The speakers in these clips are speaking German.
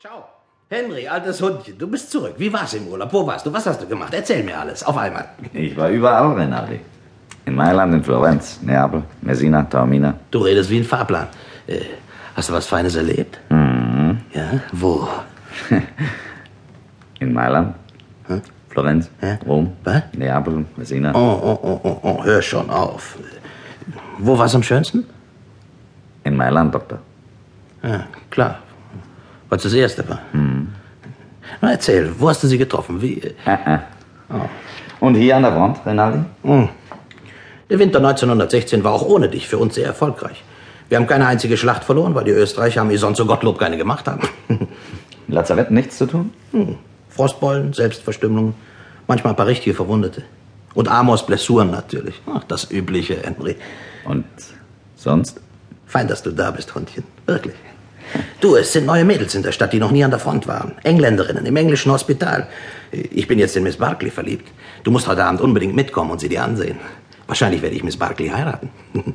Ciao. Henry, altes Hundchen, du bist zurück. Wie war's im Urlaub? Wo warst du? Was hast du gemacht? Erzähl mir alles. Auf einmal. Ich war überall, Renaldi. In Mailand, in Florenz, Neapel, Messina, Taormina. Du redest wie ein Fahrplan. Äh, hast du was Feines erlebt? Mhm. Ja? Wo? In Mailand, Hm? Florenz, Hä? Rom, Was? Neapel, Messina. Oh, oh, oh, oh, oh, hör schon auf. Wo war's am schönsten? In Mailand, Doktor. Ja, klar. Was das erste war. Na, erzähl, wo hast du sie getroffen? Wie? äh, Äh, äh. Oh. Und hier an der Front, Renaldi? Hm. Der Winter 1916 war auch ohne dich für uns sehr erfolgreich. Wir haben keine einzige Schlacht verloren, weil die Österreicher haben ihr sonst so Gottlob keine gemacht haben. Lazarett nichts zu tun? Frostbeulen, Selbstverstümmelung, manchmal ein paar richtige Verwundete. Und Amos Blessuren natürlich. Ach, das übliche, Henry. Und sonst? Fein, dass du da bist, Hundchen. Wirklich. Du, es sind neue Mädels in der Stadt, die noch nie an der Front waren. Engländerinnen im englischen Hospital. Ich bin jetzt in Miss Barkley verliebt. Du musst heute Abend unbedingt mitkommen und sie dir ansehen. Wahrscheinlich werde ich Miss Barkley heiraten.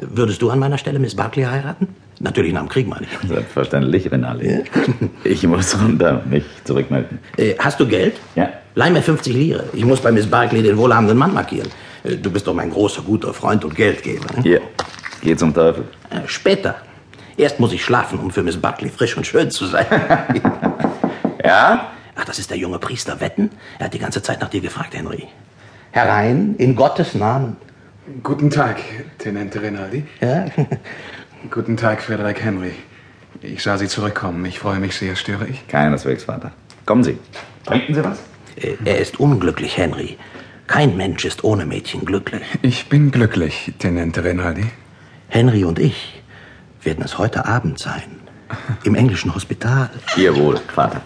Würdest du an meiner Stelle Miss Barkley heiraten? Natürlich nach dem Krieg, meine ich. Selbstverständlich, Renaldi. Ich muss runter, mich zurückmelden. Äh, Hast du Geld? Ja. Leih mir 50 Lire. Ich muss bei Miss Barkley den wohlhabenden Mann markieren. Äh, Du bist doch mein großer, guter Freund und Geldgeber. Ne? Hier, geh zum Teufel. Äh, Später. Erst muss ich schlafen, um für Miss Barkley frisch und schön zu sein. Ja? Ach, das ist der junge Priester Wetten? Er hat die ganze Zeit nach dir gefragt, Henry. Herein, in Gottes Namen. Guten Tag, Tenente Rinaldi. Ja? Guten Tag, Frederik Henry. Ich sah Sie zurückkommen. Ich freue mich sehr. Störe ich? Keineswegs, Vater. Kommen Sie. Trinken Sie was? Äh, Er ist unglücklich, Henry. Kein Mensch ist ohne Mädchen glücklich. Ich bin glücklich, Tenente Rinaldi. Henry und ich werden es heute Abend sein. Im englischen Hospital. Ihr wohl, Vater.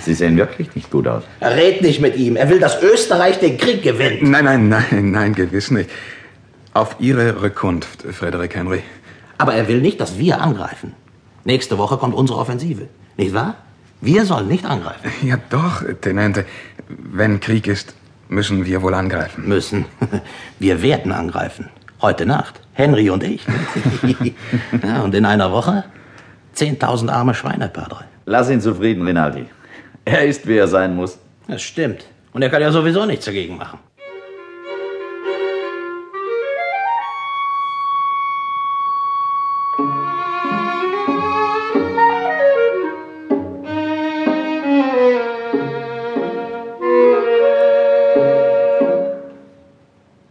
Sie sehen wirklich nicht gut aus. Red nicht mit ihm. Er will, dass Österreich den Krieg gewinnt. Nein, nein, nein, nein, gewiss nicht. Auf Ihre Rückkunft, Frederik Henry. Aber er will nicht, dass wir angreifen. Nächste Woche kommt unsere Offensive. Nicht wahr? Wir sollen nicht angreifen. Ja doch, Tenente. Wenn Krieg ist, müssen wir wohl angreifen. müssen. Wir werden angreifen. Heute Nacht. Henry und ich. ja, und in einer Woche 10.000 arme Schweine, Padre. Lass ihn zufrieden, Rinaldi. Er ist, wie er sein muss. Das stimmt. Und er kann ja sowieso nichts dagegen machen.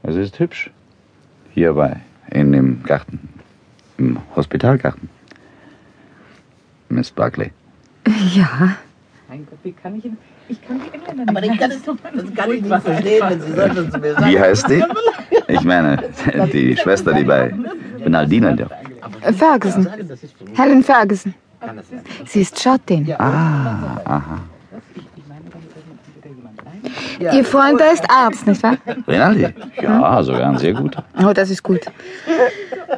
Es ist hübsch. Hierbei, in dem Garten. Im Hospitalgarten. Miss Barclay. Ja, Mein Gott, wie kann ich ihn. Ich kann die Engländer nicht. das kann ich nicht verstehen, wenn Sie sollten zu mir Wie heißt die? Ich meine, die Schwester, die bei Benaldina jobbt. äh, Ferguson. Helen Ferguson. Sie ist Schottin. Ah, Ihr Freund, der ist Arzt, nicht wahr? Rinaldi? Ja, sogar ein sehr guter. Oh, das ist gut.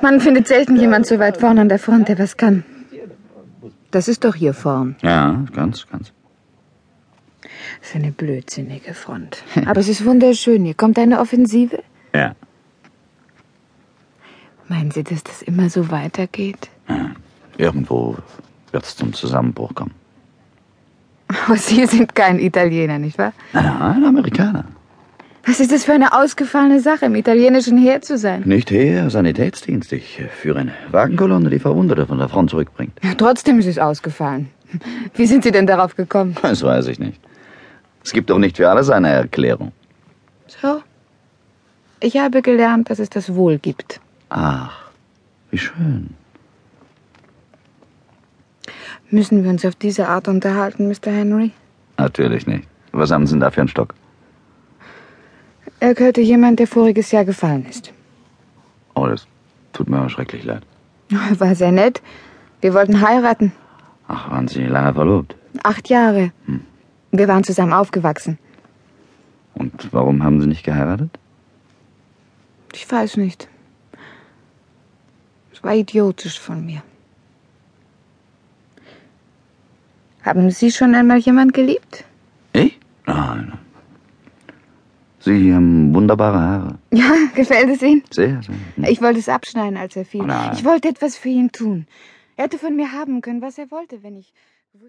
Man findet selten jemand so weit vorn an der Front, der was kann. Das ist doch hier vorn. Ja, ganz, ganz. Das ist eine blödsinnige Front. Aber es ist wunderschön. Hier kommt eine Offensive. Ja. Meinen Sie, dass das immer so weitergeht? Irgendwo wird es zum Zusammenbruch kommen. Oh, Sie sind kein Italiener, nicht wahr? Nein, nein, ein Amerikaner. Was ist das für eine ausgefallene Sache, im italienischen Heer zu sein? Nicht her, Sanitätsdienst. Ich äh, führe eine Wagenkolonne, die Verwundete von der Front zurückbringt. Ja, Trotzdem ist es ausgefallen. Wie sind Sie denn darauf gekommen? Das weiß ich nicht. Es gibt doch nicht für alles eine Erklärung. So. Ich habe gelernt, dass es das Wohl gibt. Ach, wie schön. Müssen wir uns auf diese Art unterhalten, Mr. Henry? Natürlich nicht. Was haben Sie denn da für einen Stock? Er gehörte jemand, der voriges Jahr gefallen ist. Oh, das tut mir aber schrecklich leid. War sehr nett. Wir wollten heiraten. Ach, waren Sie lange verlobt? Acht Jahre. Wir waren zusammen aufgewachsen. Und warum haben Sie nicht geheiratet? Ich weiß nicht. Es war idiotisch von mir. Haben Sie schon einmal jemand geliebt? Ich? Nein. Sie haben wunderbare Haare. Ja, gefällt es Ihnen? Sehr, sehr. Ich wollte es abschneiden, als er fiel. Nein. Ich wollte etwas für ihn tun. Er hätte von mir haben können, was er wollte, wenn ich gewusst